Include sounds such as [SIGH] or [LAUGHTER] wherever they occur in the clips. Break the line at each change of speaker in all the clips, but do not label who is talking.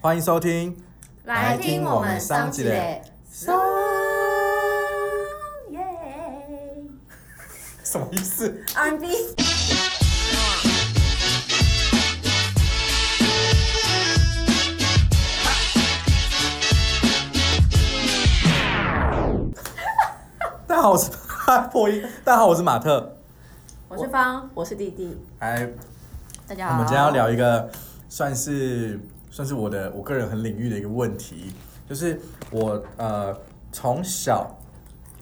欢迎收听，
来听我们上集嘞，
三
耶
什么意思？
，R&B，
大家好，我是破音。大家好，我是马特。
我是方，
我是弟弟，
哎，
大家
我
好。
们今天要聊一个算是算是我的我个人很领域的一个问题，就是我呃从小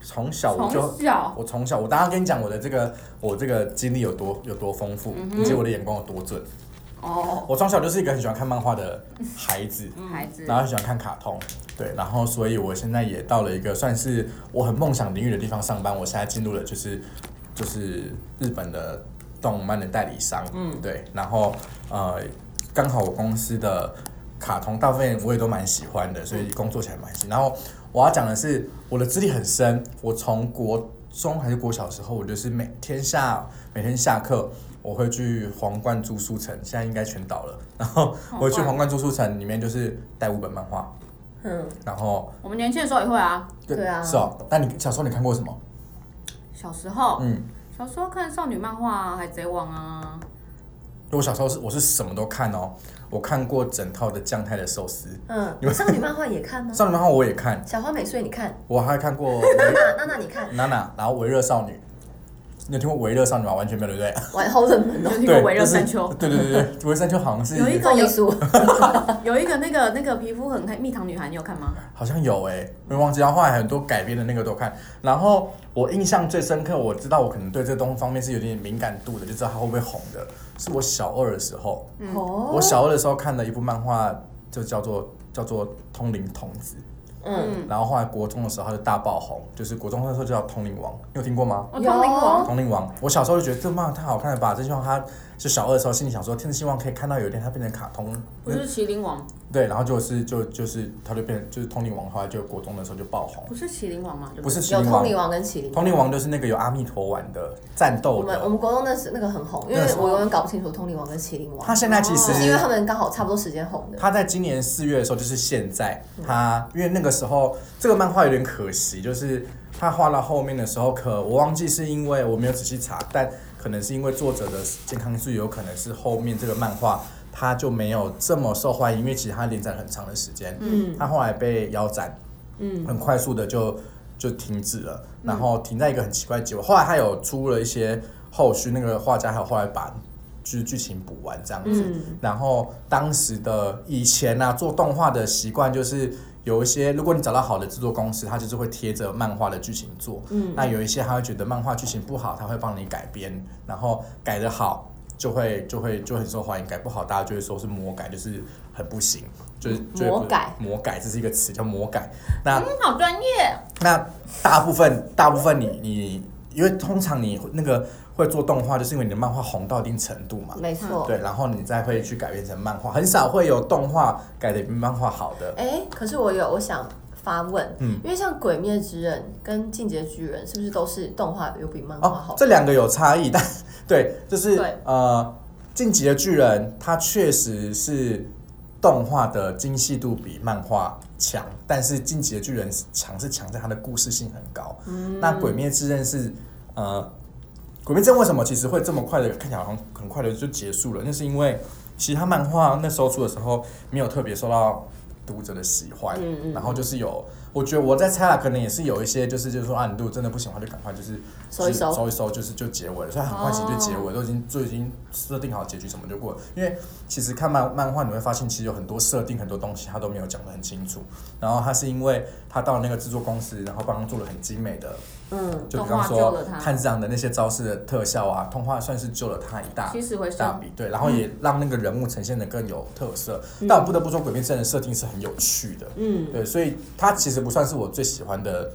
从小我就
从小
我从小我大家跟你讲我的这个我这个经历有多有多丰富，以及我的眼光有多准。
哦，
我从小就是一个很喜欢看漫画的孩子，
孩子
然后很喜欢看卡通，对，然后所以我现在也到了一个算是我很梦想领域的地方上班。我现在进入了就是就是日本的动漫的代理商，嗯，对，然后呃，刚好我公司的卡通大部分我也都蛮喜欢的，所以工作起来蛮喜。然后我要讲的是我的资历很深，我从国中还是国小的时候，我就是每天下每天下课。我会去皇冠住宿城，现在应该全倒了。然后我会去皇冠啊住宿城里面，就是带五本漫画，
嗯，
然后
我们年轻的时候也会啊，
对啊
是哦。那你小时候你看过什么？
小时候，
嗯，
小时候看少女漫画啊，海贼王啊，
我小时候是我是什么都看哦，我看过整套的酱太的寿司，你
嗯，
们
少女漫画也
[LAUGHS]
看吗？
少女漫画我也看，
小花美穗你看，
我还看过
娜
维
娜娜娜你看，
娜娜，然后维热少女，你有听过维热少女吗？完全没有，对不对？
哇，好冷门
有
哦。
[LAUGHS] 听过
对
围
就
热
是
山丘， [LAUGHS]
[LAUGHS] 对对对对，维热山丘好像是
有一个
凤梨酥，
有一个那个那个皮肤很黑蜜糖女孩，你有看吗？
好像有哎、没忘记。然后后来很多改编的那个都看。然后我印象最深刻，我知道我可能对这东方面是有点敏感度的，就知道它会不会红的。是我小二的时候，
哦
我，小二的时候看的一部漫画，就叫做叫做《通灵童子》。
嗯，
然后后来国中的时候，它就大爆红，就是国中那时候就叫《通灵王》，你有听过吗？
我
有
哦通灵王，
通灵王，我小时候就觉得这漫画太好看了吧，真希望它就小二的时候心里想说，真希望可以看到有一天它变成卡通，
不是麒麟王，
对，然后就是就就是它就变就是通灵王，后来就国中的时候就爆红。
不是麒麟王吗？
不是麒
嗯有
麟
通
王
灵，王跟麒麟。
通灵王就是那个有阿弥陀丸的战
我
斗
们我
的。
们国中那时那个很红，因
那
为
时候
我永远搞不清楚通灵王跟麒麟王
他，现在其实
就是哦因为他们刚好差不多时间红的。
他在今年四月的时候，就是现在他，因为那个时候这个漫画有点可惜，就是他画到后面的时候，可我忘记是因为我没有仔细查，但可能是因为作者的健康因素，有可能是后面这个漫画他就没有这么受欢迎，因为其实他连载了很长的时间，嗯，他后来被腰斩，嗯，很快速的就就停止了，然后停在一个很奇怪的结尾。后来他有出了一些后续，那个画家还有后来把剧剧情补完这样子。
嗯
然后当时的以前啊，做动画的习惯就是有一些，如果你找到好的制作公司，它就是会贴着漫画的剧情做。嗯，那有一些他会觉得漫画剧情不好，他会帮你改编，然后改得好。就会就会就很受欢迎，改不好大家就会说是魔改，就是很不行，就是就会不
魔改
魔改这是一个词叫魔改。那
嗯，好专业，
那大部分大部分你你，因为通常你那个会做动画，就是因为你的漫画红到一定程度嘛，
没错。
嗯对，然后你再会去改编成漫画，很少会有动画改的比漫画好的。
哎、可是我有我想发问，
嗯
因为像《鬼灭之刃》跟《进阶巨人》是不是都是动画有比漫画好
哦，？这两个有差异， [LAUGHS] 但对，就是
对
呃，晋级的巨人它确实是动画的精细度比漫画强，但是晋级的巨人强是强在它的故事性很高。
嗯
那鬼灭之刃是呃，鬼灭之刃为什么其实会这么快的看起来好像很快的就结束了？那是因为其实它漫画那时候出的时候没有特别受到读者的喜欢，
嗯
然后就是有。我觉得我在猜啦，可能也是有一些，就是就是说啊，你如果真的不喜欢，就赶快就是
收一收
收一收，就是就结尾了，所以很快其实就结尾了，都已经就已经设定好结局什么就过了。因为其实看漫漫画你会发现，其实有很多设定很多东西他都没有讲得很清楚，然后他是因为他到了那个制作公司，然后帮他做了很精美的，
嗯，
就比
动
方
画救
说
了他
炭治郎的那些招式的特效啊，动画算是救了他一大
起死回
大
生，
笔对，然后也让那个人物呈现的更有特色。
嗯
但我不得不说，《鬼灭之刃》的设定是很有趣的，嗯，对，所以它其实不算是我最喜欢的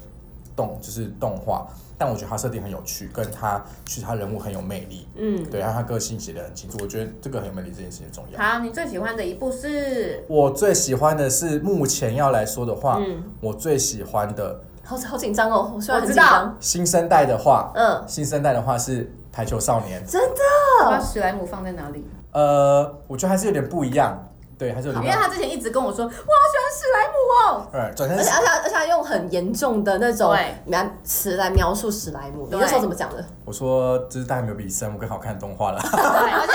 动，就是动画，但我觉得它设定很有趣，跟它其实它人物很有魅力，嗯，对，然后它个性写的很清楚，我觉得这个很有魅力这件事情很重要。
好，你最喜欢的一部是
我最喜欢的是目前要来说的话，
嗯
我最喜欢的
好好紧张哦，我虽然很
我知
紧
道
张，
新生代的话，
嗯，
新生代的话是排球少年，
真的
哦
把史莱姆放在哪里？
呃，我觉得还是有点不一样。对，还是有
因
点
为他之前一直跟我说，我好喜欢史
[LAUGHS]
莱姆哦。
呃，转
而且
身
而且而且他用很严重的那种
对
描词来描述史莱姆，你
对
那时候怎么讲的？
我说这是大牛比森，我更好看的动画了。
对，而且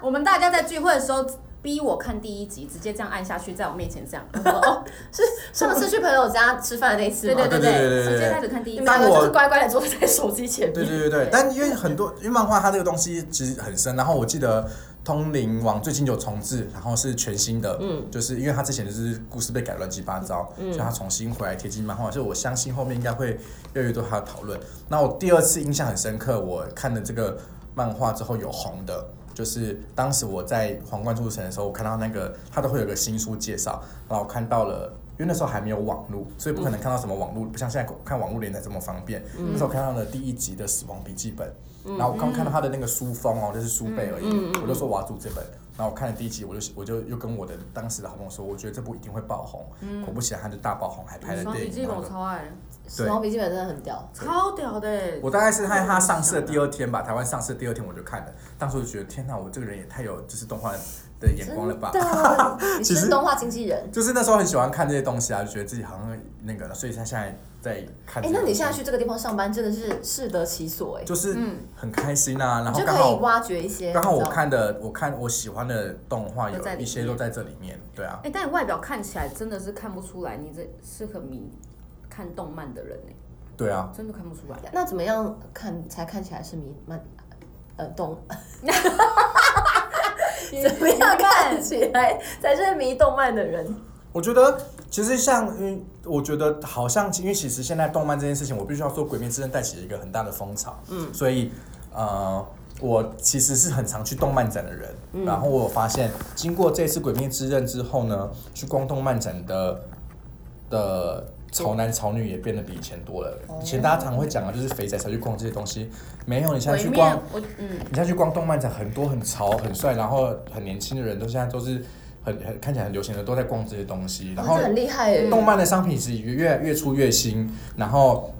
我们大家在聚会的时候逼我看第一集，直接这样按下去，在我面前这样，
[LAUGHS]
我说哦，
是上次去朋友家吃饭的那一次
对
吗？
对
对对对对
直接
对
开始看第一集
你们。两
当
个
我
就是乖乖的坐在手机前面。
对对对对，但因为很多，因为漫画它这个东西其实很深。然后我记得《通灵王》最近有重置，然后是全新的，嗯，就是因为它之前就是故事被改乱七八糟，所以它重新回来贴近漫画，所以我相信后面应该会越来越多它的讨论。那我第二次印象很深刻，我看了这个漫画之后有红的。就是当时我在皇冠住城的时候，我看到那个它都会有个新书介绍，然后我看到了，因为那时候还没有网络，所以不可能看到什么网络，不像现在看网络连载这么方便。
嗯
那时候我看到了第一集的《死亡笔记本》，然后我刚看到它的那个书封哦，就是书背
嗯
而已，我就说我要读这本。然后我看了第一集，我就我就又跟我的当时的好朋友说，我觉得这部一定会爆红。
嗯
果不其然，它就大爆红，还拍了
双
电
笔
影
记
那
本
个
我。超爱的，
死亡笔记本真的很屌，
超屌的欸。
我大概是在它上市的第二天吧，台湾上市的第二天我就看了，当时我就觉得天哪，我这个人也太有就是动画的眼光了吧。
真的，
[LAUGHS]
你
其实
是动画经纪人。
就是那时候很喜欢看这些东西啊，就觉得自己好像那个了，所以他现在在看这个东
哎、
西。啊
那你现在去这个地方上班，真的是适得其所哎、
就是很开心啊，然
你
后
就
刚
可以
好
挖掘一些。
刚好
你
我
知道
看的，我看我喜欢的动画有
都在里
一些
面
都在这里面，对啊，
哎、但你外表看起来真的是看不出来，你这是个迷看动漫的人呢、
对啊，
真的看不出来。
那怎么样看才看起来是迷漫？呃，动
[LAUGHS]
怎么样看起来才是迷动漫的人？
我觉得其实像，嗯，我觉得好像，因为其实现在动漫这件事情，我必须要说，《鬼灭之刃》带起了一个很大的风潮，嗯，所以呃，我其实是很常去动漫展的人，
嗯
然后我有发现，经过这次《鬼灭之刃》之后呢，去逛动漫展的的潮男潮女也变得比以前多了，以前大家常会讲啊，就是肥仔才去逛这些东西，没有，你现在
鬼
去
灭
逛，，
我嗯，
你再去逛动漫展，很多很潮、很帅，然后很年轻的人都现在都是很很看起来很流行的，都在逛这些东西。然
哇
后嗯
这很厉害哎、
动漫的商品是越越越出越新，然后。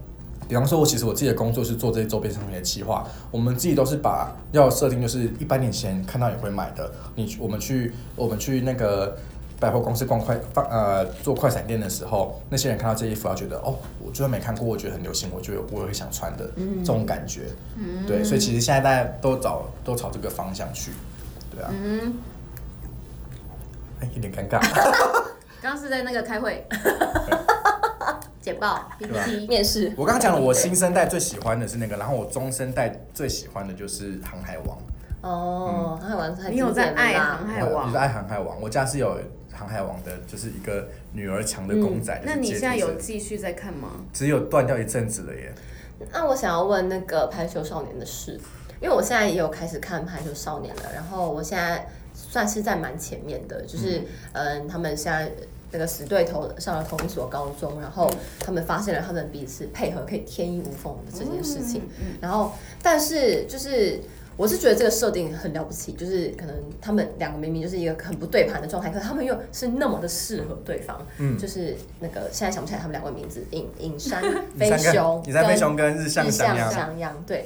比方说，我其实我自己的工作是做这些周边商品的企划，我们自己都是把要设定就是一般年前看到也会买的。你去我们去我们去那个百货公司逛快放呃做快闪店的时候，那些人看到这衣服，要觉得哦，我居然没看过，我觉得很流行，我觉得我也会想穿的、这种感觉。对，所以其实现在大家都找都朝这个方向去，对啊。嗯，哎，有点尴尬。
刚刚是在那个开
[LAUGHS]
会，简报
吧
PPT，
面试，
我刚刚讲了，我新生代最喜欢的是那个，然后我中生代最喜欢的就是《航海王》。嗯
哦，航海王很
你有在
经典的啦
爱航海王
我就是爱《航海王》，我家是有《航海王》的，就是一个女儿墙的公仔。就是
嗯那你
阶梯
现在有
式
继续在看吗？
只有断掉一阵子了耶？
那我想要问那个《排球少年》的事，因为我现在也有开始看《排球少年》了，然后我现在算是在蛮前面的，就是嗯，他们现在。那个死对头上了同一所高中，然后他们发现了他们彼此配合可以天衣无缝的这件事情。然后，但是就是我是觉得这个设定很了不起，就是可能他们两个明明就是一个很不对盘的状态，可是他们又是那么的适合对方。嗯，就是那个现在想不起来他们两个名字，尹 [LAUGHS] 尹山飞
你三个
熊，
你在飞熊跟日向
日
山
向
羊，
商鞅，对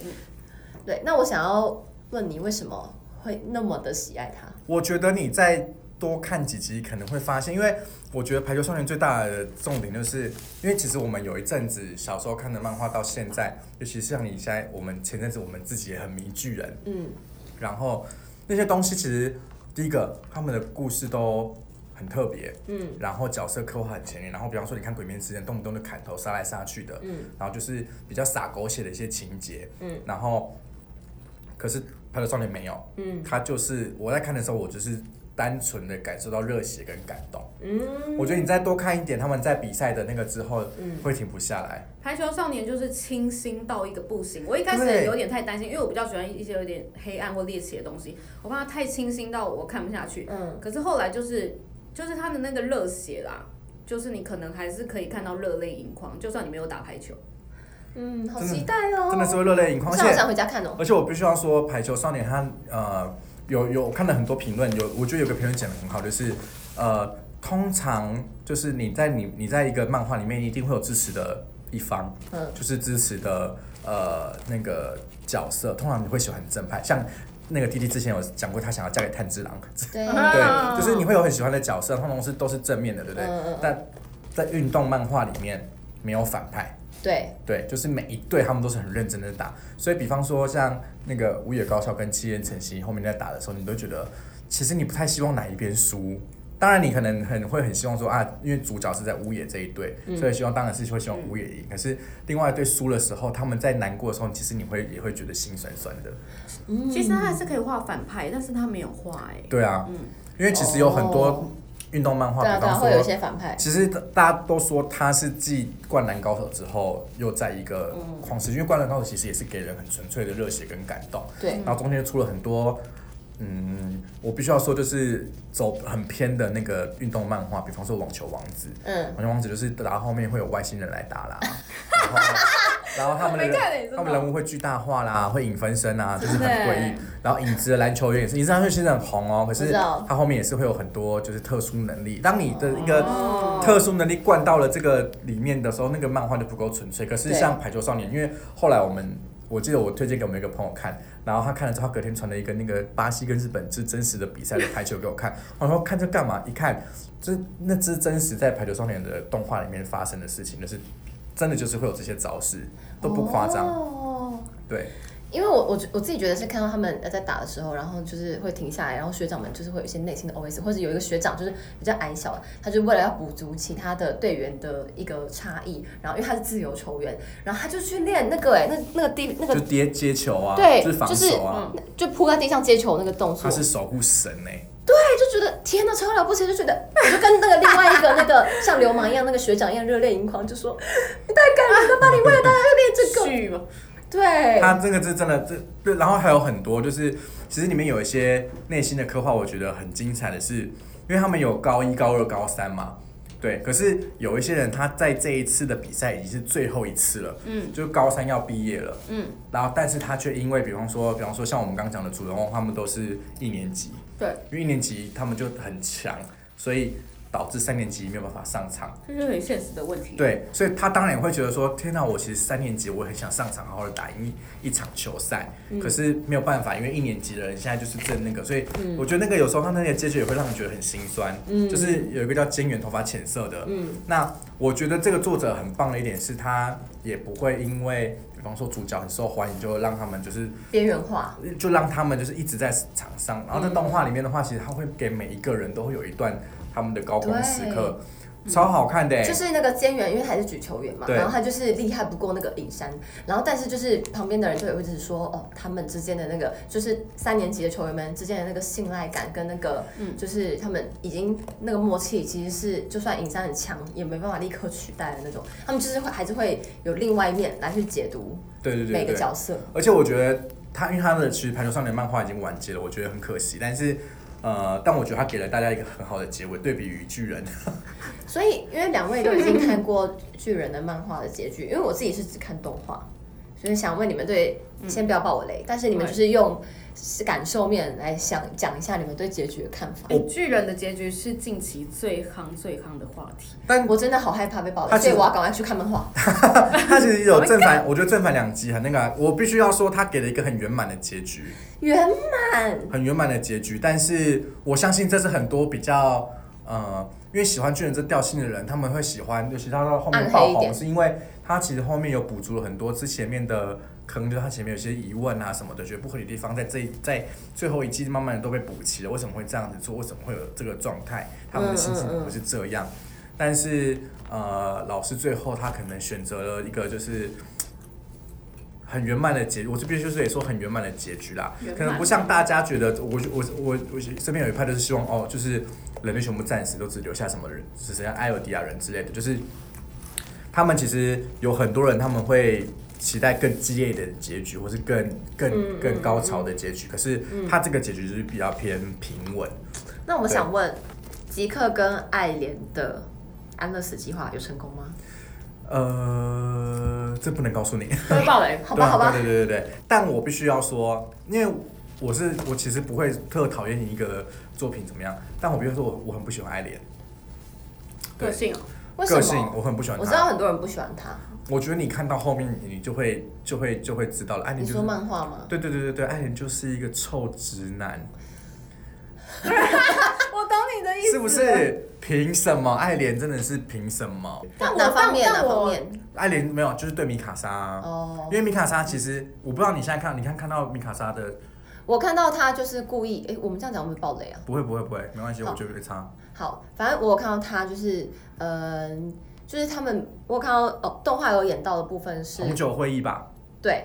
对。那我想要问你，为什么会那么的喜爱他？
我觉得你再多看几集可能会发现，因为我觉得《排球少年》最大的重点就是，因为其实我们有一阵子小时候看的漫画到现在，尤其是像你现在，我们前阵子我们自己也很迷巨人，
嗯，
然后那些东西其实第一个他们的故事都很特别，嗯，然后角色刻画很前沿，然后比方说你看《鬼灭之刃》，动不动就砍头杀来杀去的，嗯，然后就是比较洒狗血的一些情节，嗯，然后可是《排球少年》没有，嗯，他就是我在看的时候，我就是单纯的感受到热血跟感动，嗯，我觉得你再多看一点他们在比赛的那个之后，嗯，会停不下来，
排球少年就是清新到一个不行，我一开始
对
有点太担心，因为我比较喜欢一些有点黑暗或猎奇的东西，我怕它太清新到我看不下去。
嗯，
可是后来就是就是他的那个热血啦，就是你可能还是可以看到热泪盈眶，就算你没有打排球。
嗯，好
真的
期待哦！
真的是会热泪盈眶，而
像
且
我想回家看哦。
而且我必须要说，《排球少年他》呃有有我看了很多评论，有我觉得有个评论讲的很好，就是呃通常就是你在你你在一个漫画里面一定会有支持的一方，
嗯
就是支持的呃那个角色，通常你会喜欢正派，像那个弟弟之前有讲过，他想要嫁给炭治郎，
对
啊
对，就是你会有很喜欢的角色，通常是都是正面的，对不对？
嗯嗯嗯
但在运动漫画里面没有反派，
对
对，就是每一队他们都是很认真的打。所以比方说像那个五野高校跟七言晨曦后面在打的时候，你都觉得其实你不太希望哪一边输。当然，你可能很会很希望说啊，因为主角是在乌野这一队，所以希望当然是会希望乌野赢。可是另外一队输的时候，他们在难过的时候，其实你会也会觉得心酸酸的。嗯
其实他还是可以画反派，但是他没有画哎、
对啊，因为其实有很
嗯哦
多运动漫画，
对啊
比
对啊，
方
会有一
说，
些反派，
其实大家都说他是继《灌篮高手》之后又在一个
嗯
旷世，因为《灌篮高手》其实也是给人很纯粹的热血跟感动，
对
然后中间出了很多。嗯，我必须要说，就是走很偏的那个运动漫画，比方说《网球王子》，
嗯
《网球王子》就是打到后面会有外星人来打
[LAUGHS]
啦，然后然后他们的
我没看欸真的
他们人物会巨大化啦，会影分身啊，就是
真
很
的欸
诡异。然后影子的篮球员也是，影子篮球员其实很红哦，可
我
是
知道
他后面也是会有很多就是特殊能力。当你的一个
哦
特殊能力灌到了这个里面的时候，那个漫画就不够纯粹。可是
对
像《排球少年》，因为后来我们。我记得我推荐给我们一个朋友看，然后他看了之后，他隔天传了一个那个巴西跟日本是真实的比赛的排球给我看，我说看这干嘛？一看这那只真实在《排球少年》的动画里面发生的事情，就是真的就是会有这些招式，都不夸张。
哦
对，
因为我我觉我自己觉得是看到他们呃在打的时候，然后就是会停下来，然后学长们就是会有一些内心的 OS，或者有一个学长就是比较矮小，他就为了要补足其他的队员的一个差异，然后因为他是自由球员，然后他就去练那个哎、那那个地那
就
个
接接球啊，
对
就是防
就是
守啊，
就扑在地上接球那个动作，
他是守护神哎、
对，就觉得天哪，超了不起，就觉得 [LAUGHS] 我就跟那个另外一个那个像流氓一样那个学长一样热泪盈眶，就说你太感人了吧，你为了大家练这 [LAUGHS] 个，
剧嘛，
对，
他这个是真的，这对，然后还有很多，就是其实里面有一些内心的刻画，我觉得很精彩的是，因为他们有高一、高二、高三嘛，对，可是有一些人他在这一次的比赛已经是最后一次了，嗯，就是高三要毕业了，嗯，然后但是他却因为，比方说，比方说像我们刚刚讲的主人公，他们都是一年级，
对，
因为一年级他们就很强，所以导致三年级没有办法上场。
这是很现实的问题。
对，所以他当然也会觉得说，天哪、我其实三年级我也很想上场好好的打赢一一场球赛，
嗯
可是没有办法，因为一年级的人现在就是正那个，所以我觉得那个有时候他那个结局也会让人觉得很心酸，
嗯
就是有一个叫尖圆头发浅色的，那我觉得这个作者很棒的一点是他也不会因为。比方说主角很受欢迎，就让他们就是
边缘化，
就让他们就是一直在场上。然后在动画里面的话，其实他会给每一个人都会有一段他们的高光时刻，超好看的、欸。
就是那个尖圆，因为他是举球员嘛，
对
然后他就是厉害不过那个尹山，然后但是就是旁边的人就也会一直说，哦，他们之间的那个就是三年级的球员们之间的那个信赖感跟那个，就是他们已经那个默契，其实是就算尹山很强，也没办法立刻取代的那种，他们就是会还是会有另外一面来去解读
对对对对，
每个角色，
而且我觉得他，因为他的其实《排球少年》漫画已经完结了，我觉得很可惜。但是，呃，但我觉得他给了大家一个很好的结尾，对比于巨人，
所以因为两位都已经看过巨人的漫画的结局，因为我自己是只看动画，所以想问你们对，先不要爆我
嗯
雷，但是你们就是用是感受面来想讲一下你们对结局的看法。
哎巨人的结局是近期最夯最夯的话题。
但
我真的好害怕被爆雷，
他其
所
实
以我要赶快去看漫画。
他其实有正反，我觉得正反两极很那个啊，我必须要说，他给了一个很圆满的结局，
圆满，
很圆满的结局。但是我相信这是很多比较，呃，因为喜欢巨人这调性的人，他们会喜欢，尤其他到后面
暗黑
爆
一点
红，是因为他其实后面有补足了很多之前面的坑，就是他前面有些疑问啊什么的，觉得不合理的地方，在这一在最后一季慢慢的都被补齐了。为什么会这样子做？为什么会有这个状态？他们的心情
嗯嗯嗯
不是这样。但是呃，老师最后他可能选择了一个就是。很圆满的结，我这边就是也说很圆满的结局啦
圆，满
可能不像大家觉得，我我我我身边有一派就是希望哦，就是人类全部战死，都只留下什么人，只剩下艾尔迪亚人之类的，就是他们其实有很多人他们会期待更激烈一点的结局，或是更更更高潮的结局，可是他这个结局就是比较偏平稳，
那我想问，吉克跟爱莲的安乐死计划有成功吗？
呃，这不能告诉你。
会爆雷，
好
对
吧，
啊
好吧
对，对对对对，但我必须要说，因为我是我其实不会特讨厌一个作品怎么样，但我比如说我我很不喜欢爱莲，对
个性哦，
为什
个性
么？
我很不喜欢
我
他。
知道很多人不喜欢他。
我觉得你看到后面，你就会就会就会知道了。艾琳
你
就
说
是，
漫画吗？
对对对对对，艾琳就是一个臭直
[LAUGHS]
男，
我懂你的意思，
是不？是？凭什么？艾琳真的是凭什么？
但我
哪
但
方面？哪
但我
方面？
艾琳没有，就是对米卡莎啊、
哦
因，为米卡莎其实我不知道你现在看，你看看到米卡莎的
我看到他就是故意，哎，我们这样讲会不会爆雷啊？
不会不会不会，没关系，
好
我觉得没差。
好，反正我有看到他就是，嗯、就是他们我有看到哦，动画有演到的部分是，
红酒会议吧，
对，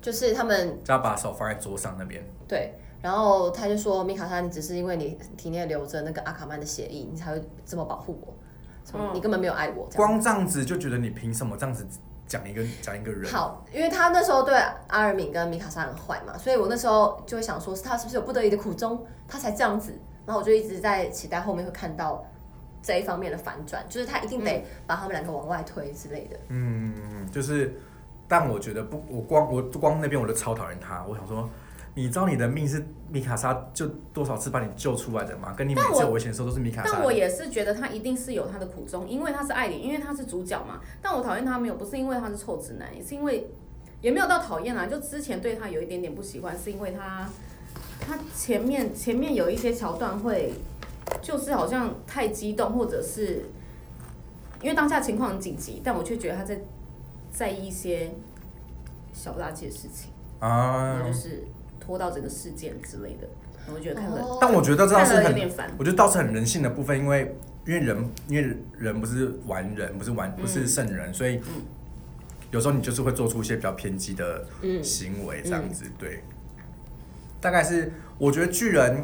就是他们
就要把手放在桌上那边。
对，然后他就说米卡莎，你只是因为你体内留着那个阿卡曼的血液，你才会这么保护我，什么
嗯
你根本没有爱我这样。
光这样子就觉得你凭什么这样子讲一个讲一个人？
好，因为他那时候对阿尔敏跟米卡莎很坏嘛，所以我那时候就会想说，是他是不是有不得已的苦衷，他才这样子。然后我就一直在期待后面会看到这一方面的反转，就是他一定得把他们两个往外推之类的。
嗯，就是，但我觉得不，我光我光那边我就超讨厌他。我想说，你知道你的命是米卡莎就多少次把你救出来的吗？跟你每
但我
次有危险的时候都是米卡莎
但我也是觉得他一定是有他的苦衷，因为他是爱莲，因为他是主角嘛。但我讨厌他没有，不是因为他是臭直男，也是因为也没有到讨厌啦，就之前对他有一点点不喜欢，是因为他他前面前面有一些桥段会就是好像太激动，或者是因为当下情况很紧急，但我却觉得他在在意一些小垃圾的事情，然
啊
后就。是拖到整个事件之类的，我就觉得看了、
哦
但我觉得这倒是
看了有
很，
点烦。
我觉得倒是很人性的部分，因为因为人因为人不是完人，不是完不是圣人，所以有时候你就是会做出一些比较偏激的
嗯，
行为这样子，对。大概是我觉得巨人，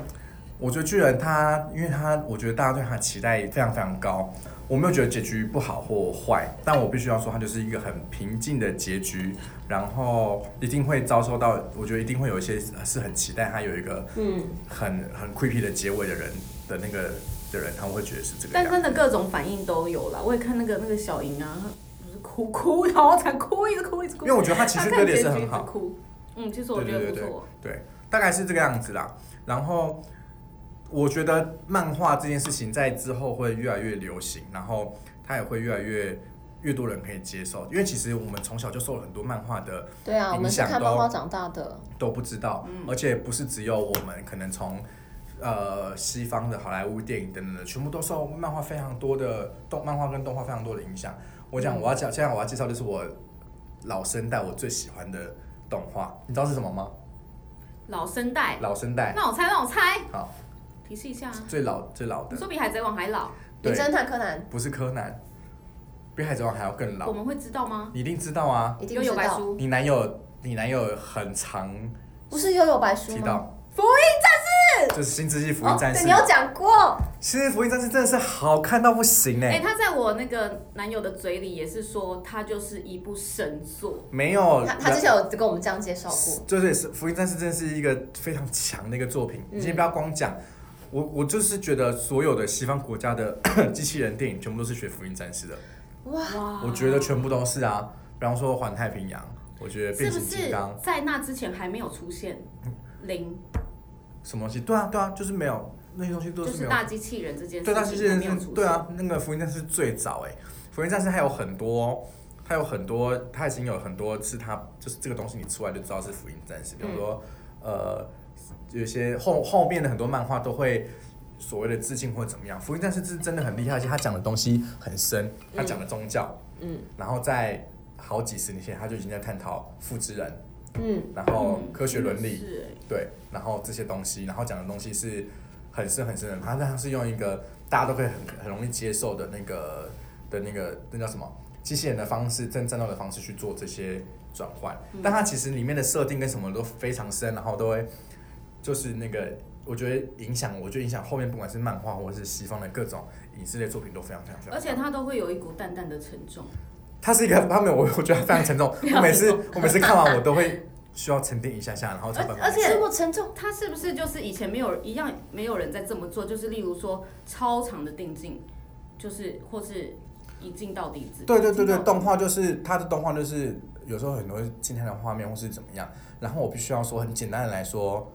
我觉得巨人他，因为他我觉得大家对他期待非常非常高，我没有觉得结局不好或坏，但我必须要说，他就是一个很平静的结局，然后一定会遭受到，我觉得一定会有一些呃是很期待他有一个
嗯
很很 creepy 的结尾的人的那个的人，他们会觉得是这个样
但
子。
真的各种反应都有啦，我也看那个那个小莹啊，她就是哭哭，然后才哭，一直哭一直哭。
因为我觉得她情绪
她看
堆得也是
结
很
局一直
好
哭，嗯，其实我觉得不错。
对，大概是这个样子啦。然后我觉得漫画这件事情在之后会越来越流行，然后它也会越来越越多人可以接受，因为其实我们从小就受了很多漫画的
对啊，我们是
影响
看
都
漫画长大的。
都不知道，而且不是只有我们，可能从呃西方的好莱坞电影等等的，全部都受漫画非常多的动漫画跟动画非常多的影响。我讲我要讲，现在我要介绍就是我老生代我最喜欢的动画，你知道是什么吗？
老生代，
老生代，
让我猜，让我猜，
好，
提示一下啊，
最老最老
你
的，
说比海贼王还老，
名
对，
侦探柯南
不是柯南，比海贼王还要更
我
老，
们会知道吗？
你一定知道啊！
一定
幽
知
游白
道，
书，
你男友，你男友很常
不是悠悠白书
提
吗？
到，
福音
就是新世纪福音
哦，
战
对，
士哦
你，有讲过，
新世纪福音战士真的是好看到不行
哎、
哎！
他在我那个男友的嘴里也是说，他就是一部神作。
没有，
他他之前有跟我们这样介绍过。
就是是福音战士真的是一个非常强的一个作品。
嗯
你先不要光讲，我我就是觉得所有的西方国家的 [COUGHS] 机器人电影全部都是学福音战士的，
哇，
哇
我觉得全部都是啊。比方说《环太平洋》，我觉得
是
变
不
形金
是
刚。
在那之前还没有出现零，
什么东西？对啊，对啊，就是没有那些东西都
就是
没
是
有。
大机器人这件事
对，
情
大机器人
还没有出
是，
现。
对啊，那个福音战士最早哎、福音战士还有很多，还有很多，它已经有很多是它就是这个东西你出来就知道是福音战
嗯
士，比如说、呃，有一些后后面的很多漫画都会。所谓的致敬或者怎么样，福音战士是真的很厉害，而且他讲的东西很深，他讲的宗教，
嗯
然后在好几十年前他就已经在探讨复制人，
嗯，
然后科学伦理，
嗯是哎
对，然后这些东西，然后讲的东西是很深很深的，它它是用一个大家都可以很很容易接受的那个的那个那叫什么机器人的方式，真战斗的方式去做这些转换，
嗯
但它其实里面的设定跟什么都非常深，然后都会就是那个。我觉得影响，我觉得影响后面不管是漫画或者是西方的各种影视类作品都非常非常非常。
而且它都会有一股淡淡的沉重。
哦它是一个，他没有我，我觉得它非常沉重。
[LAUGHS] 非常
我每
沉
次我每次看完我都会需要沉淀一下下，然后才
而
办法。
而且这么沉重，
它是不是就是以前没有一样没有人在这么做？就是例如说超长的定镜，就是或是一镜到底制。
对对对对
一，镜到
动画就是它的动画就是有时候很多今天的画面或是怎么样，然后我必须要说，很简单的来说，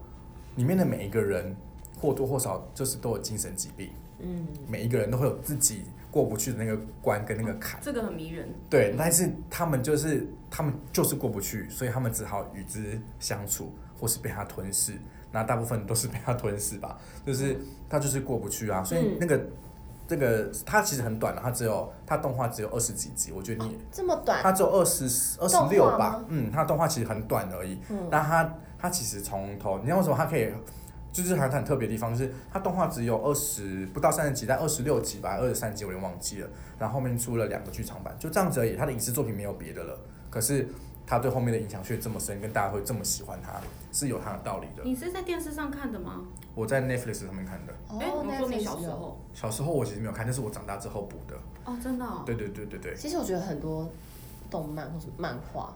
里面的每一个人或多或少就是都有精神疾病，
嗯，
每一个人都会有自己过不去的那个关跟那个坎。
这个很迷人。
对，但是他们就是他们就是过不去，所以他们只好与之相处，或是被他吞噬。那大部分都是被他吞噬吧， [LAUGHS] 就是他就是过不去啊。所以
嗯
那个、这个它其实很短的，啊它只有它动画只有二十几集，我觉得你、
这么短，
它只有二十二十六
动画
吧
吗，
嗯，它的动画其实很短而已。
嗯
但它它其实从头，你知道为什么它可以？就是还有它很特别的地方，就是它动画只有二十不到三十集，但二十六集吧，二十三集我有点忘记了。然后后面出了两个剧场版，就这样子而已。它的影视作品没有别的了，可是它对后面的影响却这么深，跟大家会这么喜欢它，是有它的道理的。
你是在电视上看的吗？
我在 Netflix 上面看的，
哦
哎、我说你
Netflix
小时
有
候。
小时候我其实没有看，但是我长大之后补的。
哦，真的、哦。
对对对对对，
其实我觉得很多动漫或是漫画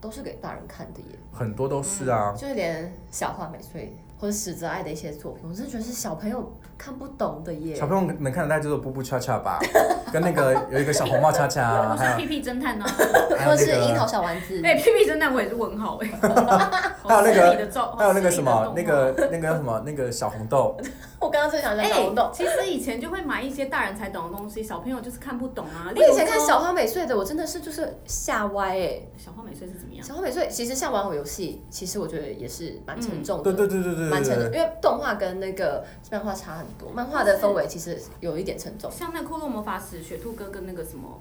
都是给大人看的耶，
很多都是啊。
就是连小花美穗或者史泽爱的一些作品，我真的觉得是小朋友看不懂的耶
小。朋友能看得到就是布布恰恰吧， [LAUGHS] 跟那个有一个小红帽恰恰啊，
我
[LAUGHS]
是
还
屁
有
屁侦
[LAUGHS]
探呢、
还
或
有
者是
那
樱桃
个
小丸子，
哎、屁屁侦探我也是问号
[LAUGHS]
哎、
还有那
好失礼的
个
照
还有那个
好失礼的
什
动
么
画
那个 [LAUGHS] 那个叫什么那个小红
[LAUGHS]
豆，
我刚刚最想讲
哎、
小红豆。
其实以前就会买一些大人才懂的东西，小朋友就是看不懂啊。
我以前看
例如说
小花美穗的，我真的是就是吓歪哎。
小花美穗是怎么样？
小花美穗其实像玩偶游戏，其实我觉得也是
嗯
蛮沉重的。
对对对对对
蛮沉重，
对
因为动画跟那个漫画差很多，漫画的氛围其实有一点沉重。
像那《库洛魔法使》雪兔哥跟那个什么，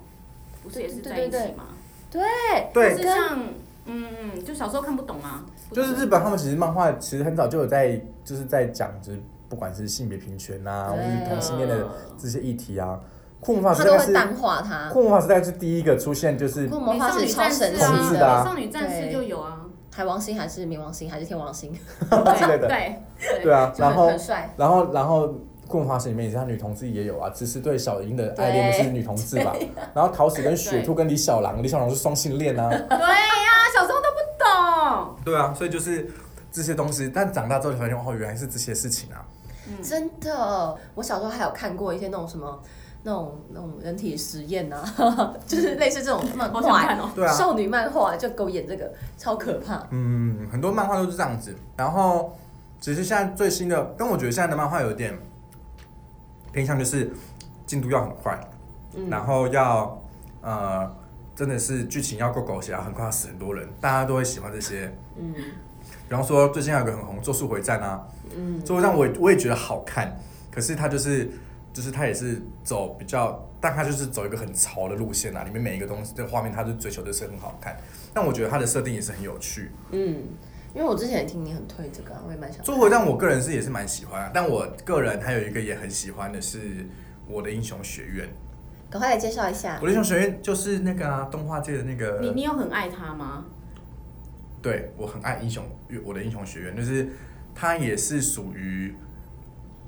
不是也是
对对
在一
对
起吗？
对
哎
对
就，是像嗯嗯，就小时候看不懂啊。不
就是日本他们其实漫画其实很早就有在就是在讲，就是不管是性别平权啊，或者是
呃
同性恋的这些议题啊，酷魔法
哦他
时
都
代
会
是
淡化它。
酷魔法时代是第一个出现就是
库
美
魔法
少
是
女
超
战士
神奇
啊同志的啊
美少女战士就有啊，
海王星还是冥王星还是天王星，
[LAUGHS] 之类的
对对
对啊，
就
然
很
后
很帅。
然后，然后《棍花神》里面也是他女同志也有啊，只是对小樱的爱恋就是女同志吧。然后桃子跟雪兔跟李小狼，李小狼是双性恋啊。
对呀、小时候都不懂。
对啊，所以就是这些东西，但长大之后才发现哦，原来是这些事情啊。
嗯
真的，我小时候还有看过一些那种什么。那种那种人体实验啊， [LAUGHS] 就是类似这种漫
好想
画、
看哦
对啊
少女漫画就给我演这个，超可怕。
嗯，很多漫画都是这样子。然后，只是现在最新的，但我觉得现在的漫画有点偏向就是进度要很快，
嗯
然后要呃，真的是剧情要够狗血啊，很快要死很多人，大家都会喜欢这些。
嗯
比方说，最近还有一个很红《咒术回战》啊，
嗯
《咒术回战》我也我也觉得好看，可是它就是就是它也是走比较，但它就是走一个很潮的路线啊，里面每一个东西这个画面，它就追求的是很好看，但我觉得它的设定也是很有趣。
嗯，因为我之前也听你很推这个、啊，我也蛮想
《咒术回战》我个人是也是蛮喜欢、啊，但我个人还有一个也很喜欢的是《我的英雄学院》，
赶快来介绍一下
《我。的英雄学院》就是那个啊，动画界的那个，
啊你你有很爱他吗？
对我很爱英雄，我的英雄学院就是它也是属于，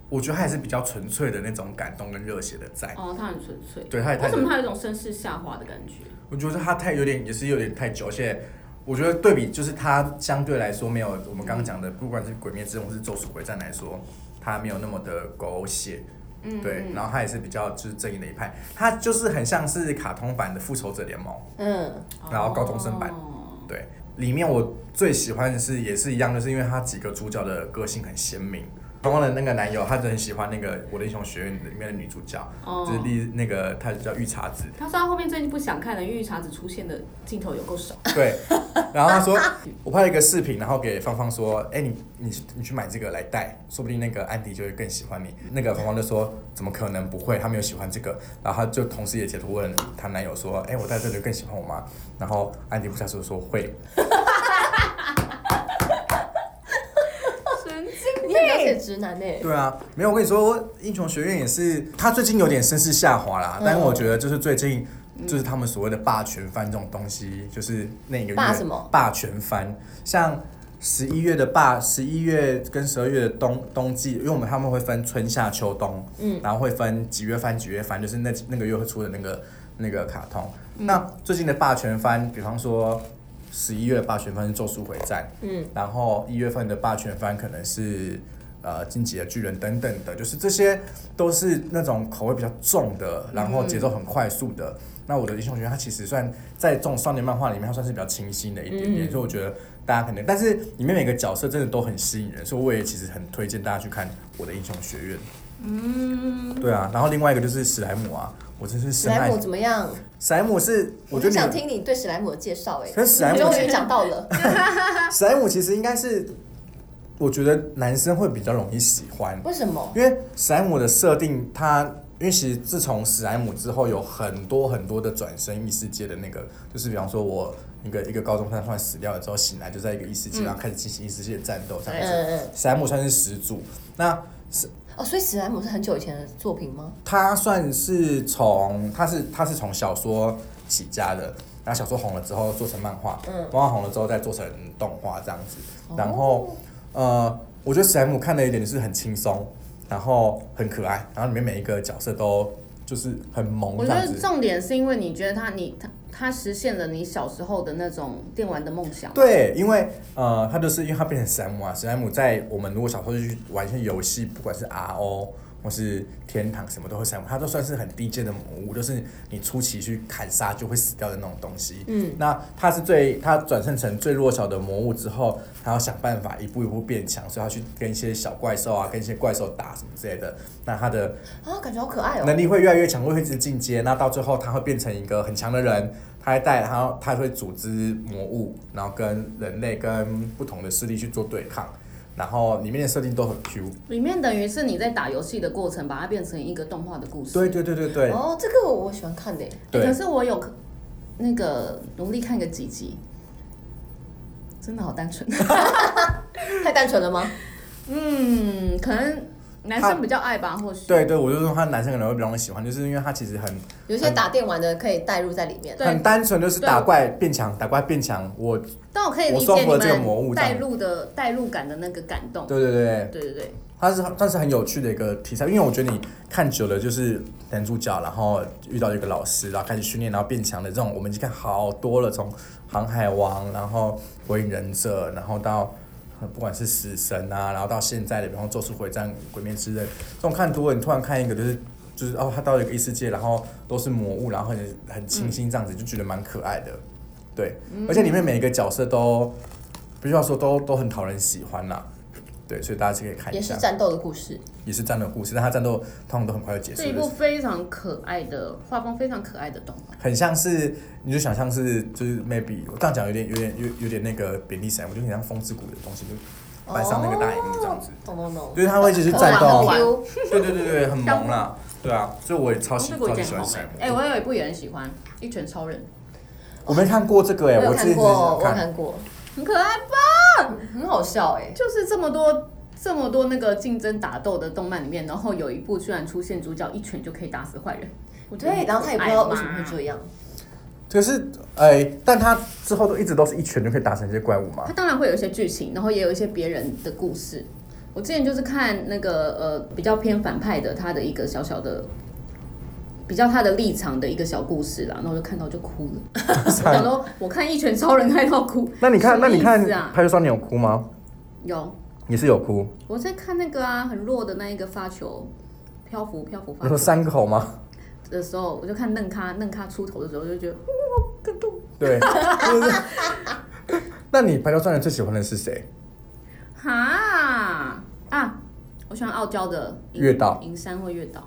我觉得它也是比较纯粹的那种感动跟热血的在。
哦，他很纯粹。
对，它也
为
太
什，么他有一种绅士下滑的感觉？
我觉得它太有点也是有点太久，而且我觉得对比就是它相对来说没有我们刚刚讲的，不管是《鬼灭之刃》或是《咒术回战》来说，它没有那么的狗血。
嗯，
对，
嗯
然后它也是比较就是正义的一派，它就是很像是卡通版的《复仇者联盟》。
嗯，
然后高中生版
哦
对，里面我最喜欢的是也是一样，就是因为他几个主角的个性很鲜明。刚刚的那个男友，他就很喜欢那个《我的英雄学院》里面的女主角，
哦
就是丽那个，她叫御茶子。
他说他后面最近不想看了，因为茶子出现的镜头有够少。
[LAUGHS] 对，然后他说，我拍了一个视频，然后给芳芳说，哎、你你你去买这个来戴，说不定那个安迪就会更喜欢你。那个芳芳就说，怎么可能不会？她没有喜欢这个。然后她就同时也截图问她男友说，哎、我戴这个更喜欢我吗？然后安迪不下说说会，
神经。
你很了解直男呢、
对啊，没有，我跟你说，英雄学院也是，他最近有点声势下滑啦，
嗯
但是我觉得就是最近。就是他们所谓的霸权番这种东西，就是那个月
霸什么
霸权番，像十一月的霸，十一月跟十二月的冬冬季，因为我们他们会分春夏秋冬，嗯，然后会分几月番几月番，就是那那个月会出的那个那个卡通。
嗯
那最近的霸权番，比方说十一月的霸权番是《咒术回战》，
嗯，
然后一月份的霸权番可能是呃《进击的巨人》等等的，就是这些都是那种口味比较重的，然后节奏很快速的。那我的英雄学院它其实算在这种少年漫画里面，它算是比较清新的一点
嗯
点，所以我觉得大家可能，但是里面每个角色真的都很吸引人，所以我也其实很推荐大家去看我的英雄学院。
嗯，
对啊，然后另外一个就是史莱姆啊，我真是
史
深
莱
爱
姆。怎么样？
史莱姆是，我
我
觉
就
得
想
你
听你对史莱姆的介绍哎、
可是史莱姆
终于讲到了， [LAUGHS]
史莱姆其实应该是，我觉得男生会比较容易喜欢，
为什么？
因为史莱姆的设定，它因为其实自从史莱姆之后，有很多很多的转身异世界的那个，就是比方说我一个一个高中生突然死掉了之后醒来，就在一个异世界，然后开始进行异世界的战斗这样子。
嗯嗯
史莱姆算是始祖，那
哦，所以史莱姆是很久以前的作品吗？
他算是从他是他是从小说起家的，然后小说红了之后做成漫画，
嗯
漫画红了之后再做成动画这样子。
哦
然后、呃，我觉得史莱姆看的一点就是很轻松，然后很可爱，然后里面每一个角色都就是很萌
我
这
觉
样
得
子。
重点是因为你觉得他你他他实现了你小时候的那种电玩的梦想。
对，因为呃，他就是因为他变成史莱姆啊，史莱姆在我们如果小时候去玩一些游戏，不管是 RO 或是天堂什么都会史莱姆，它都算是很低阶的魔物，就是你初期去砍杀就会死掉的那种东西。嗯，那它是最它转生成最弱小的魔物之后，它要想办法一步一步变强，所以它去跟一些小怪兽啊，跟一些怪兽打什么之类的。那它的
啊，感觉好可爱哦、
能力会越来越强，会一直进阶，那到最后他会变成一个很强的人，他还带，然后他会组织魔物，然后跟人类跟不同的势力去做对抗，然后里面的设定都很 Q。
里面等于是你在打游戏的过程，把它变成一个动画的故事。
对对对对对
哦，这个我喜欢看的、
欸可
对，
是我有那个努力看个几集，真的好单纯。 [LAUGHS]
太单纯了吗？
嗯，可能男
他
生比较爱吧，或许。
对对，我就说他男生可能会比较喜欢，就是因为他其实很
有一些打电玩的可以带入在里面。
对
很单纯，就是
对
打怪变强，打怪变强。我，
但我可以
我
理
收
解
获了这个
你
魔物
们
这样
带入的带入感的那个感动。
对对对，
对对对，
它是算是很有趣的一个题材，因为我觉得你看久了就是男主角，然后遇到一个老师，然后开始训练，然后变强的这种，我们已经看好多了，从航海王，然后火影忍者，然后到呃不管是死神啊，然后到现在的，比方说咒术回战、鬼灭之刃，这种看多了，你突然看一个就是。就是哦，他到了一个异世界，然后都是魔物，然后很很清新这样子，就觉得蛮可爱的，对。
嗯
而且里面每一个角色都，必须要说都都很讨人喜欢啦，对，所以大家是可以看一
也
下
是。战斗的故事，
也是战斗故事，但它战斗通常都很快就结
这一
束
部
了，
非常可爱的画风，非常可爱的动画。
很像是你就想象是就是 maybe 我这样讲有点有点有有点那个贬低神，我就很像风之谷的东西，就摆上那个大荧幕这样子，
哦
懂懂懂。
就是它会一直去
可
战
爱
斗
啊
很，Q
对对对对，很萌啦，对啊，所以我也超喜
这部
超
已
级
经
喜
很
欢
红
神
哎、欸，我有一部也很喜欢，《一拳超人
我没看过这个哎、
我有
我之前
看
只
过，我
是
有
看，
看过，》，
很可爱吧？
很好笑哎、
就是这么多这么多那个竞争打斗的动漫里面，然后有一部居然出现主角一拳就可以打死坏人。我觉得
对，然后他也不知道为什么会
样。
这样，
就是哎、但它之后都一直都是一拳就可以打成一些怪物嘛
它，当然会有一些剧情，然后也有一些别人的故事。我之前就是看那个呃比较偏反派的他的一个小小的。比较他的立场的一个小故事啦，然后我就看到就哭
[LAUGHS]
了，我想说我看一拳超人看到哭，
那你看那你看
什么意思啊
拍就上你有哭吗？
有
也是有哭，
我在看那个啊很弱的那一个发球漂浮漂浮
你
发
说
球
三口吗？
的时候，我就看嫩咖嫩咖出头的时候就觉得
对，就是。那你排球少年最喜欢的是谁？
哈啊，我喜欢傲娇的银
月岛哦
银山或月岛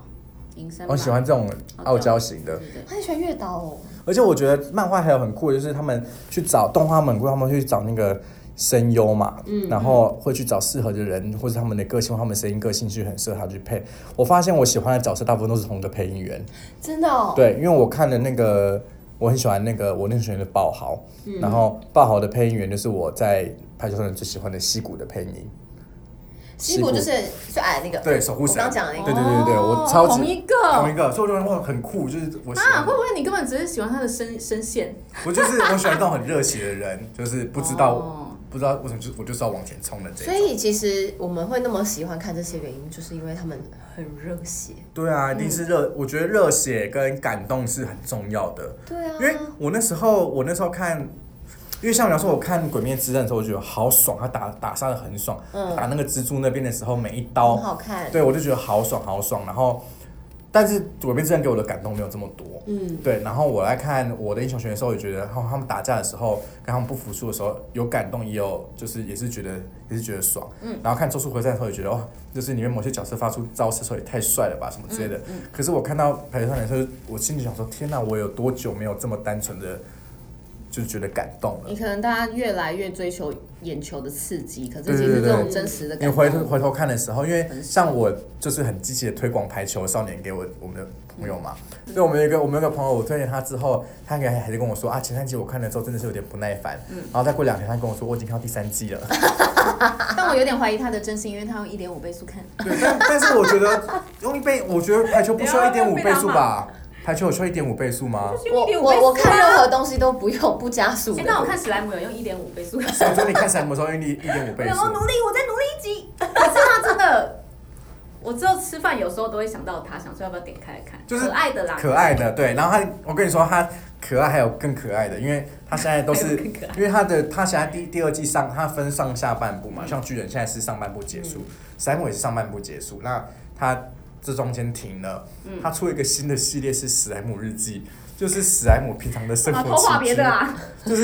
银山吧，
我喜欢这种傲娇型
哦对
的，
对对。
他很喜欢月岛哦，
而且我觉得漫画还有很酷，就是他们去找动画们，他们去找那个声优嘛，
嗯
然后会去找适合的人，或者他们的个性，或他们声音个性去很适合他去配。我发现我喜欢的角色大部分都是同一个配音员，
真的哦，
对，因为我看了那个，我很喜欢那个我那个学员的爆豪，
嗯
然后爆豪的配音员就是我在排球少年最喜欢的西谷的配音，
西谷就是最矮的那个，
对守护
我
神，
刚讲的那
对
个
对对对，我
哦
超级
同一个
Oh
同一个，Oh 所以我就会很酷，就是我喜欢
啊，会，不会你根本只是喜欢他的声声线？
我就是我喜欢这种很热血的人，就是不知道
哦
不知道为什么就我就是要往前冲的这
所
一种。
以其实我们会那么喜欢看这些原因，就是因为他们很热血。
对啊，一定是
嗯
热，我觉得热血跟感动是很重要的，
对啊
因为我那时候我那时候看，因为像比方说我看《鬼灭之刃》的时候，我觉得好爽，他打打杀的很爽，
嗯
打那个蜘蛛那边的时候每一
很
刀，
好看。
对我就觉得好爽好爽，然后。但是《鬼灭之刃》给我的感动没有这么多。
嗯，
对，然后我来看我的英雄学院的时候，也觉得他们他们打架的时候，跟他们不服输的时候，有感动，也有就是也是觉得也是觉得爽。嗯。然后看《咒术回战》的时候，也觉得哇，就是里面某些角色发出招式的时候也太帅了吧，什么之类的。可是我看到《排球少年》的时候，我心里想说，天哪，我有多久没有这么单纯的，就是觉得感动了
你？可能大家越来越追求眼球的刺激，可
对
是
对
其实
对
这种
对
真实的
你
感
回头
动，
回头看的时候，因为像我就是很积极的推广排球少年给我我们的朋友嘛，对，我们有一个我们有一个朋友，我推荐他之后，他还还是跟我说啊，前三季我看了之后真的是有点不耐烦，然后再过两天他跟我说我已经看到第三季了，
但我有点怀疑他的真心，因为他用一点五倍速看。
对，但但是我觉得用一倍，我觉得排球不需要一
不要
点五
被
倍
他
速
骂
吧？排球有需要一点五倍速吗？
我我我看任何东西都不用不加速
哎、
的。
那我看史莱姆有用一点五倍速，
所以我说你看什么时候用一一点五倍速？
力，我再努力一集。 [LAUGHS] 可是他真 [LAUGHS] 的，我之后吃饭有时候都会想到他，想说要不要点开来看，
就是
可爱的啦，
可爱的，对。然后他，我跟你说，他可爱还有更可爱的，因为他现在都
还
是
有更可，
因为他的他现在第第二季上，他分上下半部
嗯
嘛，像巨人现在是上半部结束，史莱姆也是上半部结束，那他这中间停了，
嗯
他出一个新的系列是史莱姆日记。就是史莱姆平常的生
啊，
活
偷画
起
别
居
的，啦，
就是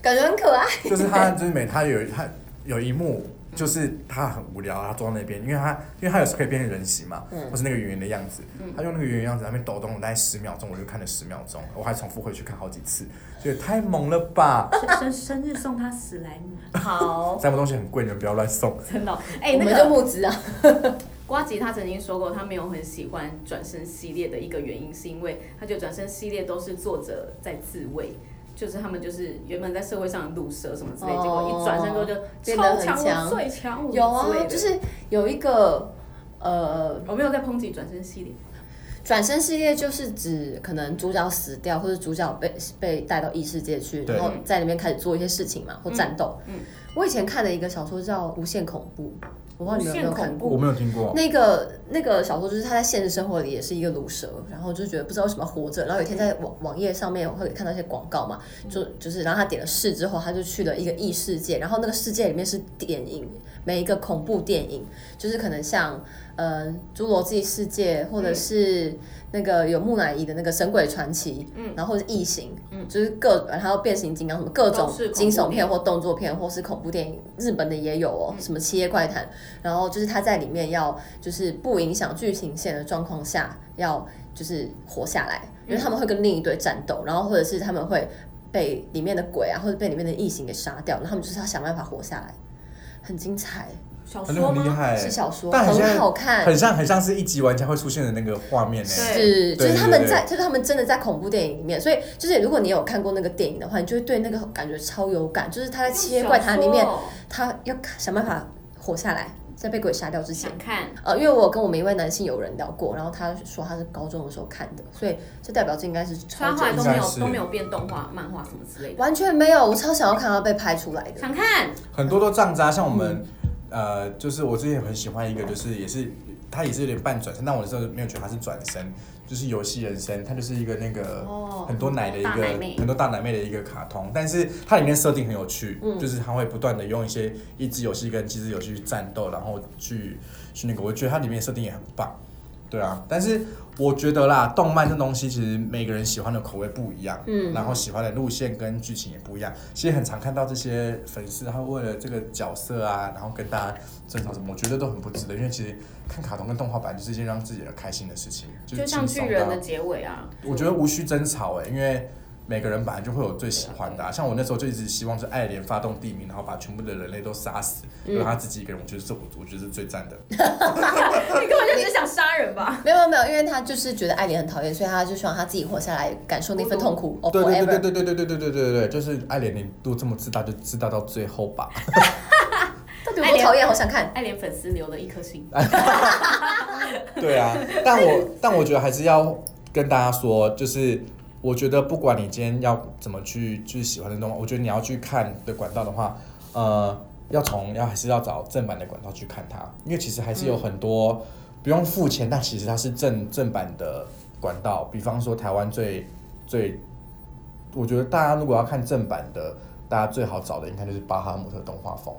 感觉很可爱。 [LAUGHS]
就是他就是每他有他有一幕，就是他很无聊，他坐在那边，因为他因为他有时候可以变成人形嘛，
嗯
或是那个圆圆的样子，他用那个圆圆样子在那边抖动了大概十秒钟，我就看了十秒钟，我还重复回去看好几次，觉得太萌了吧！ [LAUGHS]
生生日送他史莱姆，
好，
三个东西很贵，你们不要乱送。
[LAUGHS] 真的哦、哎、
我
那
们就
个
募
[LAUGHS]
资啊。
瓜吉他曾经说过，他没有很喜欢转身系列的一个原因，是因为他觉得转身系列都是作者在自卫。就是他们就是原本在社会上的毒蛇什么之类，
哦
结果一转身之后就
变
超
得很
强，
强
我最强，我
有啊
之类，的
就是有一个呃
我没有在抨击转身系列，
转身系列，就是指可能主角死掉，或者主角被被带到异世界去，
对
然后在里面开始做一些事情嘛，或战斗。
嗯嗯
我以前看了一个小说叫《无限恐怖》，我不知道你们有没有看
无限恐
过。
怖
没有听过，
那个那个小说就是他在现实生活里也是一个毒蛇，然后就觉得不知道为什么要活着，然后有一天在网网页上面会看到一些广告嘛，就就是然后他点了试之后，他就去了一个异世界，然后那个世界里面是电影，每一个恐怖电影，就是可能像呃《侏罗纪世界》或者是那个有木乃伊的那个《神鬼传奇》，嗯，然后或者异形，嗯，就是各然后变形金刚什么各种
都是恐怖
惊悚片或动作片或是恐怖电影，日本的也有哦，什么《七夜怪谈》，然后就是他在里面要就是不影响剧情线的状况下，要就是活下来，因为他们会跟另一队战斗，然后或者是他们会被里面的鬼啊，或者被里面的异形给杀掉，然后他们就是要想办法活下来，很精彩，
小
感觉
说
很厉
吗？
害，
是小说，
哎但很像
很好看，
很像很像是一级玩家会出现的那个画面欸呢、
对
是，就
对
是
对
他们
对
在，就是他们真的在恐怖电影里面，所以就是如果你有看过那个电影的话，你就会对那个感觉超有感。就是他在《七夜怪谈》里面
小，说
他要想办法活下来，在被鬼杀掉之前
想。看，
呃，因为我有跟我们一位男性友人聊过，然后他说他是高中的时候看的，所以这代表这应该是
所以
超
他后来
级
都没
应该
有
是
都没有变动画、漫画什么之类的。
完全没有，我超想要看他被拍出来的。
想看，
很多都这样子啊，像我们，呃，就是我之前很喜欢一个，就是也是他也是有点半转身，但我那时候没有觉得他是转身，就是游戏人生，他就是一个那个
哦
很多奶的一个、
大奶妹
很多大奶妹的一个卡通，但是它里面设定很有趣，
嗯
就是它会不断的用一些益智游戏跟机制游戏去战斗，然后去去那个，我觉得它里面设定也很棒。对啊，但是我觉得啦，动漫这东西其实每个人喜欢的口味不一样，嗯，然后喜欢的路线跟剧情也不一样。其实很常看到这些粉丝，他为了这个角色啊，然后跟大家争吵什么，我觉得都很不值得。因为其实看卡通跟动画版就是一件让自己人开心的事情，
就是像
轻
巨
松
人
啊
的结尾啊，
我觉得无需争吵哎、欸，因为每个人本来就会有最喜欢的、啊。像我那时候就一直希望是爱莲发动地名，然后把全部的人类都杀死，留他自己一个人。我觉得这我我觉得是最赞的。
[LAUGHS] 你根本就只想杀人吧？
没有没有没有，因为他就是觉得爱莲很讨厌，所以他就希望他自己活下来，感受那份痛苦。哦
对对
forever
对对对对对对对对对，就是爱莲，你都这么自大，就自大到最后吧。
到底有多讨厌？好想看。
爱莲粉丝留了一颗心，
哎 [LAUGHS] 对啊，但我但我觉得还是要跟大家说，就是我觉得不管你今天要怎么去去喜欢的动画，我觉得你要去看的管道的话，呃，要从要还是要找正版的管道去看它，因为其实还是有很多、不用付钱，但其实它是正正版的管道，比方说台湾最最，我觉得大家如果要看正版的，大家最好找的应该就是巴哈姆特动画风。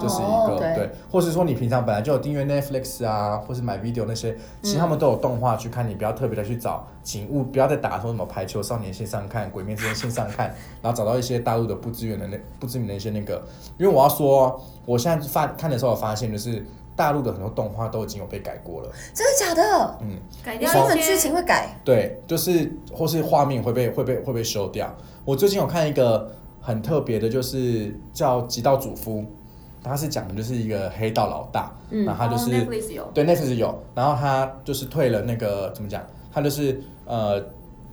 这是一个、
哦对
对，或是说你平常本来就有订阅 Netflix 啊，或是买 video 那些，其实他们都有动画去看，你不要特别的去找，请勿不要再打说什么排球少年线上看、鬼灭之刃线上看，然后找到一些大陆的不知名的那不知名的一些那个，因为我要说，我现在发看的时候我发现就是大陆的很多动画都已经有被改过了。
真的假的？
改
哎你
掉
说他们
一
剧
些
情会改？
对，就是或是画面会被会被会被修掉。我最近有看一个很特别的，就是叫《极道主夫》，他是讲的就是一个黑道老大，嗯、然后他就是、
哦 Netflix 有
对 Netflix 有，然后他就是退了那个怎么讲，他就是呃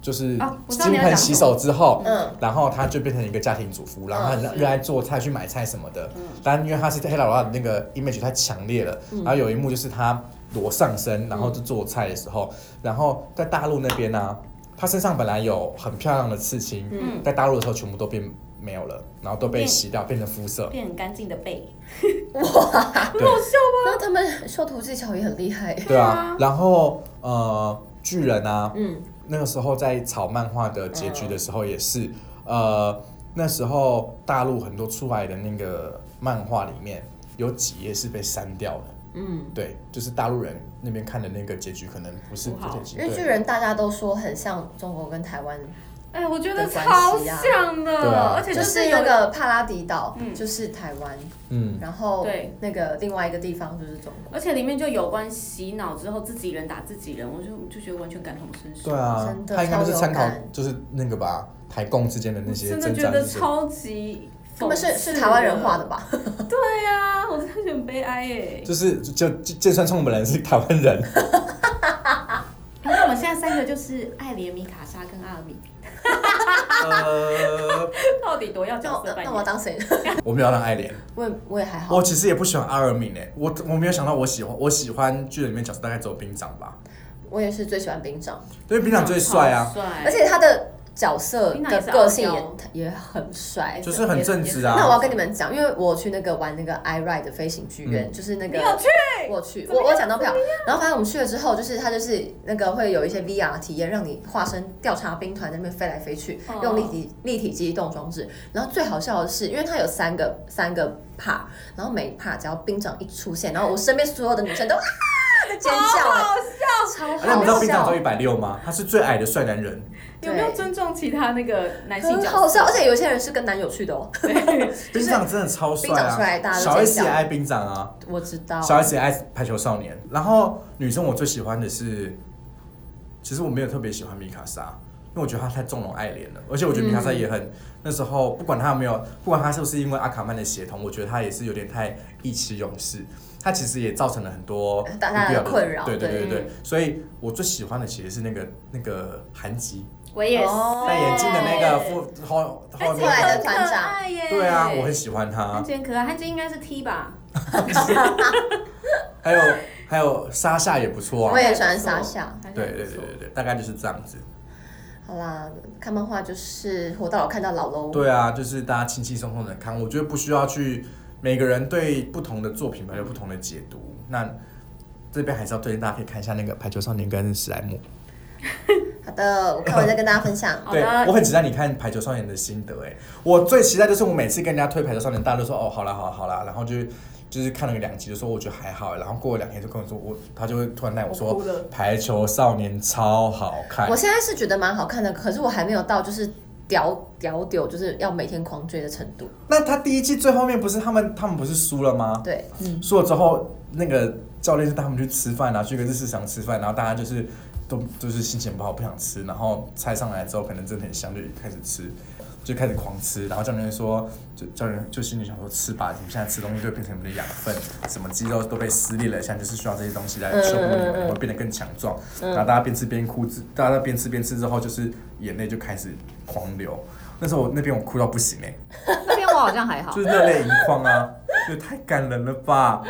就是
啊我知道
金
你要
盆
讲
洗
什么
手之后，
嗯，
然后他就变成一个家庭主妇，然后
嗯
很热爱做菜、去买菜什么的。但因为他是黑老大的那个 image 太强烈了，
嗯
然后有一幕就是他裸上身，然后就做菜的时候，
嗯
然后在大陆那边呢、他身上本来有很漂亮的刺青，
嗯
在大陆的时候全部都变没有了，然后都被
变
洗掉，变成肤色。
变很干净的背，
对，
那他们修图技巧也很厉害。
对
啊
啊。然后呃，巨人啊，
嗯，
那个时候在炒漫画的结局的时候也是，呃，那时候大陆很多出来的那个漫画里面有几页是被删掉的。嗯，对，就是大陆人那边看的那个结局可能不是
不好
这结
因为
局
巨人大家都说很像中国跟台湾，
哎，我觉得
的关
超
系啊
像的，
对啊
而且
就是是
有
那个帕拉迪岛
嗯
就是台湾，
嗯，
然后
对
那个另外一个地方就是中国，
而且里面就有关洗脑之后自己人打自己人，我就就觉得完全感同身受。
对啊
真，的
他应该就是参考
超有感
就是那个吧，台共之间的那些
真的
征
觉
战
得
是谁，
超级讽刺的。
他们是是台湾人画的吧？
对啊，我真的觉得很悲哀
[LAUGHS]
耶。
就是就就剑川冲本人是台湾人，
那我们现在三个就是爱莲、米卡莎跟阿尔米，
呃，
到底多要
那
角 [LAUGHS]
我
色扮
那我要
演？
当谁？
[LAUGHS] 我没有让爱莲。
[LAUGHS] 我也我也还好
我，其实也不喜欢阿尔敏诶，欸我我没有想到我喜欢我喜欢剧里面角色大概只有兵长吧，
我也是最喜欢兵长，
因为兵长最帅啊
超，帅，
而且他的角色
哎兵长也
的
是
个性
傲娇
也也很帅。
就是很正直啊。
那我要跟你们讲，因为我去那个玩那个 i ride 的飞行剧
嗯
院，就是那
你
个
有去？
我去，
怎么
我
样
我抢到票，然后反正我们去了之后，就是它就是那个会有一些 VR 体验，让你化身调查兵团在那边飞来飞去
哦，
用立体立体机动装置。然后最好笑的是，因为它有三个三个 part，然后每 part 只要兵长一出现，然后我身边所有的
[LAUGHS]
女生都啊在尖叫，
好
哎
好笑，
超
而且你知道
好
兵长只有一
笑，
百六吗？他是最矮的帅男人，
对
有没有尊重其他那个男性
很
角
好
色？
笑，而且有些人是跟男友去的哦， [LAUGHS]
兵长真的超帅
兵长帅大
啊！小
家都
S
尖
也
叫
爱兵长啊，
我知道，
小 S 也爱排球少年。然后女生我最喜欢的是，其实我没有特别喜欢米卡莎，因为我觉得她太纵容爱莲了，而且我觉得米卡莎也很、
嗯
那时候不管她有没有，不管她是不是因为阿卡曼的协同，我觉得她也是有点太意气用事。她其实也造成了很多
大
不
家的
必要
困扰
对对对
对
对对，所以我最喜欢的其实是那个那个韩吉
我也是
哦
戴眼镜的那个副后后
而且
面
后来
的，
的团长
很可爱耶
对啊，我很喜欢他
汉。奸可爱，汉奸应该是 T 吧？
还有还有莎夏也不错啊
我，也喜欢莎夏。
对对对对对，大概就是这样子。
好啦，看漫画就是活到老看到老喽。
对啊，就是大家轻轻松松的看，我觉得不需要去每个人对不同的作品本来有不同的解读。那这边还是要推荐大家可以看一下那个《排球少年》跟《史莱姆》。
好的，我看完再跟大家分享。
好的
对，我很期待你看《排球少年》的心得哎，我最期待就是我每次跟人家推《排球少年》，大家都说哦好啦好啦好啦，然后就就是看了两集就说我觉得还好，欸然后过了两天就跟我说我他就会突然赖我说
我哭了
《排球少年》超好看
我。现在是觉得蛮好看的，可是我还没有到就是屌屌屌，就是要每天狂追的程度。
那他第一季最后面不是他们他们不是输了吗？
对，嗯
输了之后，那个教练就带他们去吃饭啊，去一个日式场吃饭，然后大家就是都就是心情不好，不想吃，然后菜上来之后可能真的很香，就开始吃，就开始狂吃，然后教练就说，就教练就心里想说吃吧，你们现在吃东西就会变成你们的养分，什么肌肉都被撕裂了，现在就是需要这些东西来修复你们，你们会变得更强壮。然后大家边吃边哭，大家边吃边吃之后，就是眼泪就开始狂流。那时候我那边我哭到不行哎、
那边我好像还好
就。是热泪盈眶啊， [LAUGHS] 就太感人了吧？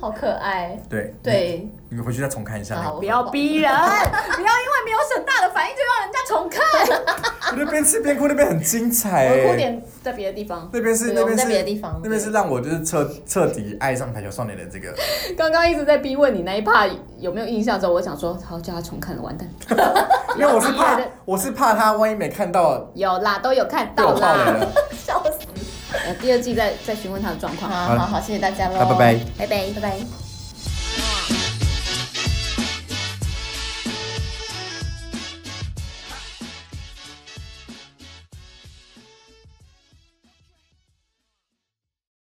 好可爱。
对，
对，
你回去再重看一下那
好，
个，
不要逼人，不要因为没有沈大的反应就让人家重看。
我那边吃边哭，那边很精
[LAUGHS]
彩、
我的哭
欸。
点在别的地方。
那边是
对
那
我们
边
在
是
别的地方
那边是让我就是彻彻底爱上排球少年的这
[LAUGHS]
个，
刚刚一直在逼问你那一趴有没有印象之后，我想说好叫他重看了，完蛋。
因为我是
厉害
怕
的
我是怕他万一没看到
有啦，都有看
被我
到
爆雷
啦。
了。
笑死。
呃第二季再再询问他的状况。
好好好，谢谢大家喽，
好拜拜，
拜拜，拜拜。